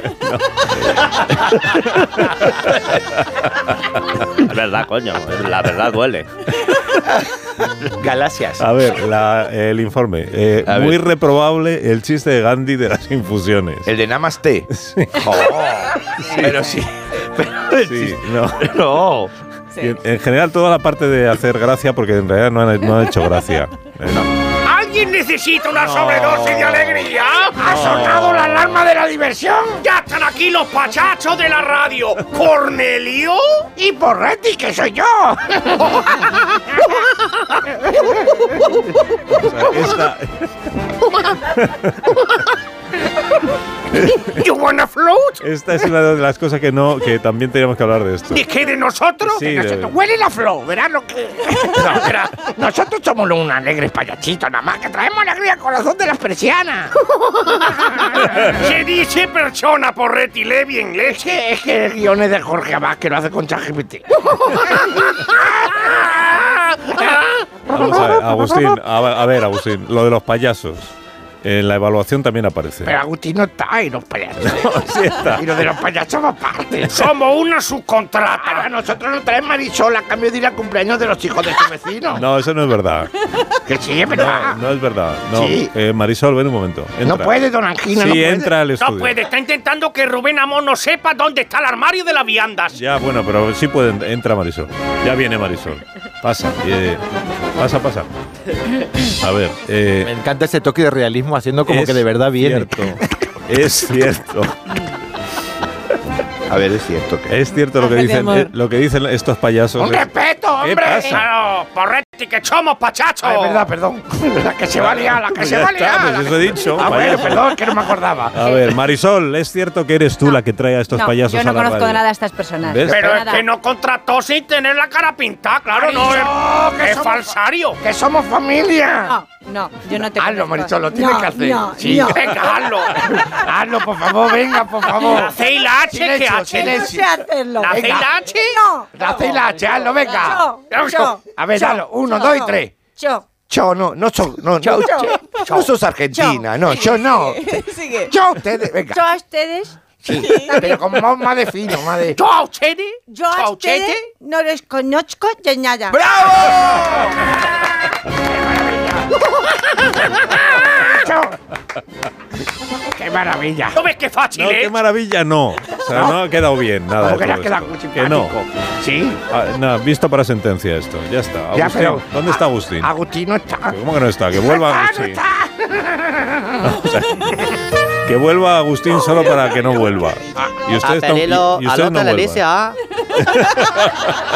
J: es verdad, coño. La verdad duele. Galaxias.
A: A ver, la- el informe. Eh,
J: A
A: muy
J: ver.
A: reprobable el chiste de Gandhi de las infusiones.
E: El
A: (laughs)
E: de Namaste. Pero sí.
A: Sí,
E: (laughs)
A: no. Y en, en general, toda la parte de hacer gracia, porque en realidad no han, no han hecho gracia. Eh,
M: ¿Alguien necesita una sobredosis de alegría? ¿Ha sonado la alarma de la diversión? Ya están aquí los pachachos de la radio. ¿Cornelio? Y Porretti, que soy (laughs) yo. you wanna float?
A: Esta es una de las cosas que no que también teníamos que hablar de esto.
M: ¿De qué? ¿De nosotros?
A: Sí,
M: de nosotros.
A: de-
M: Huele la flow, verás lo que. No, (laughs) verás, Nosotros somos un alegre payachito, nada más que traemos alegría al corazón de las
A: (laughs)
M: persianas. Se dice persona por Levi inglés. Es que, es que guiones de Jorge Abad que lo hace con ChatGPT.
A: (laughs) Vamos a ver, Agustín, a, a ver, Agustín, lo de los payasos. En la evaluación también aparece.
M: Pero Agustín no está y los payasos.
A: sí está.
M: Y lo de los payasos va aparte. Somos una subcontrata. Ahora nosotros nos traemos Marisol a cambio de ir al cumpleaños de los hijos de su vecino.
A: No, eso no es verdad.
M: Que sí, es verdad.
A: No, no es verdad. No.
M: Sí.
A: Eh, Marisol, ven un momento.
M: No
A: Entra.
M: puede, don Angina.
A: Sí,
M: no puede.
A: entra al estudio.
F: No puede, está intentando que Rubén Amón no sepa dónde está el armario de las viandas.
A: Ya, Ah, bueno, pero sí pueden. Entra Marisol. Ya viene Marisol. Pasa. eh, pasa, pasa. A ver. eh,
S: Me encanta ese toque de realismo haciendo como
A: es
S: que de verdad viene.
A: cierto. es cierto.
E: A ver, es cierto que.
A: Es cierto lo que
M: Ángel de
A: dicen,
M: amor.
A: eh, lo que dicen estos payasos.
M: Un respeto, hombre. Claro, Porretti, que somos pachachos. Es verdad, perdón. (laughs) La que se va a liar, la que se
A: Ya
M: va a
A: está,
M: liar.
A: pues eso he dicho.
M: Ah, bueno,
A: payaso.
M: perdón, que no me acordaba.
A: A ver, Marisol, es cierto que eres tú la que trae a estos
W: No,
A: payasos
W: yo no
A: a la
W: conozco
A: radio?
W: nada a estas personas.
A: ¿Ves?
W: Pero
A: Pero
W: nada.
M: Que no contrató sin tener la cara pintada, claro, no.
W: Marisol,
M: Es,
W: que
M: es
W: somos-
M: falsario. Que somos familia.
W: No, no, yo no te
M: Hazlo,
W: conozco.
M: Marisol, lo tienes
W: No,
M: que hacer.
W: no,
M: sí,
W: no.
M: venga, hazlo. (laughs) hazlo, por favor, venga, por favor. ¿La C y la H? ¿Qué
W: Silencio,
M: H?
W: silencio. No sé hacerlo.
M: ¿La C y
W: Venga.
M: la H? No. ¿La C y la H? Hazlo, venga.
W: Yo,
M: Vamos,
W: yo,
M: a ver,
W: yo,
M: hazlo. Uno,
W: yo,
M: dos y tres.
W: Yo.
S: Yo no, no soy, no, Yo, no, yo, no sos argentina, no, yo no.
M: (laughs)
W: Sigue.
S: Yo a ustedes, venga.
W: Yo a ustedes.
S: Sí, pero con más, más de fino, más de.
M: Yo a ustedes.
W: Yo a ustedes no les conozco de nada.
M: ¡Qué maravilla! ¿No ves qué fácil eh?
A: No,
M: es?
A: qué maravilla, no. O sea, no,
M: No.
A: ha quedado bien, nada.
M: Como que
A: de
M: le ha
A: todo
M: quedado
A: esto.
M: muy
A: Que no. Ah,
M: Sí.
A: no, visto para sentencia esto. Ya está.
M: Ya,
A: Agustín,
M: pero-
A: ¿Dónde está Agustín?
S: Agustín no está.
A: ¿Cómo que no está? Que vuelva Agustín. (laughs)
M: Ah,
A: que vuelva Agustín solo para que no vuelva. Y ustedes, no- y- y ustedes no
T: anota la
A: vuelvan. (laughs)
T: lista.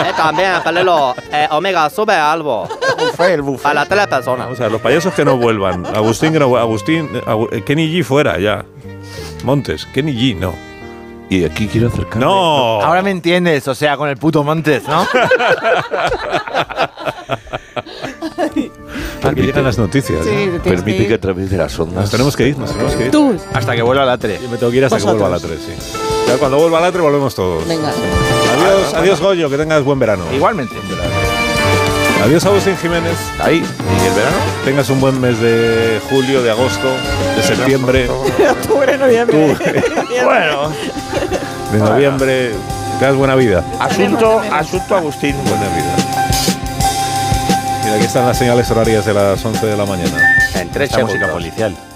T: Eh, también, Calelo, eh, Omega, sube algo.
E: Buffet, el buffet.
T: A las tres personas.
A: Vamos a ver, los payasos que no vuelvan. Agustín, que no vu- Agustín, eh, Agu- eh, Kenny G fuera ya. Montes, Kenny G no.
V: Y aquí quiero acercarme.
A: No.
D: Ahora
A: (laughs)
D: me entiendes, o sea, con el puto Montes, ¿no?
A: Permite
V: llegan
A: las noticias.
V: Sí,
A: ¿no?
V: te tienes Permite que ir. que a través de las ondas.
A: Nos tenemos que ir, nos tenemos que ir.
B: Tú.
D: Hasta que vuelva la 3.
A: Yo me tengo que ir hasta que
B: Vosotros.
A: vuelva la 3, sí. Ya cuando vuelva la 3 volvemos todos.
B: Venga.
A: Adiós, adiós Goyo, que tengas buen verano.
D: Igualmente.
A: Adiós Agustín Jiménez.
E: Ahí, y el verano.
A: Tengas un buen mes de julio, de agosto, de septiembre,
B: Octubre, noviembre.
E: Bueno,
A: de noviembre. Que tengas buena vida.
E: asunto, asunto Agustín.
A: Buena vida. Mira, aquí están las señales horarias de las 11 de la mañana.
J: En tres
A: Esta música
J: segundos.
A: policial.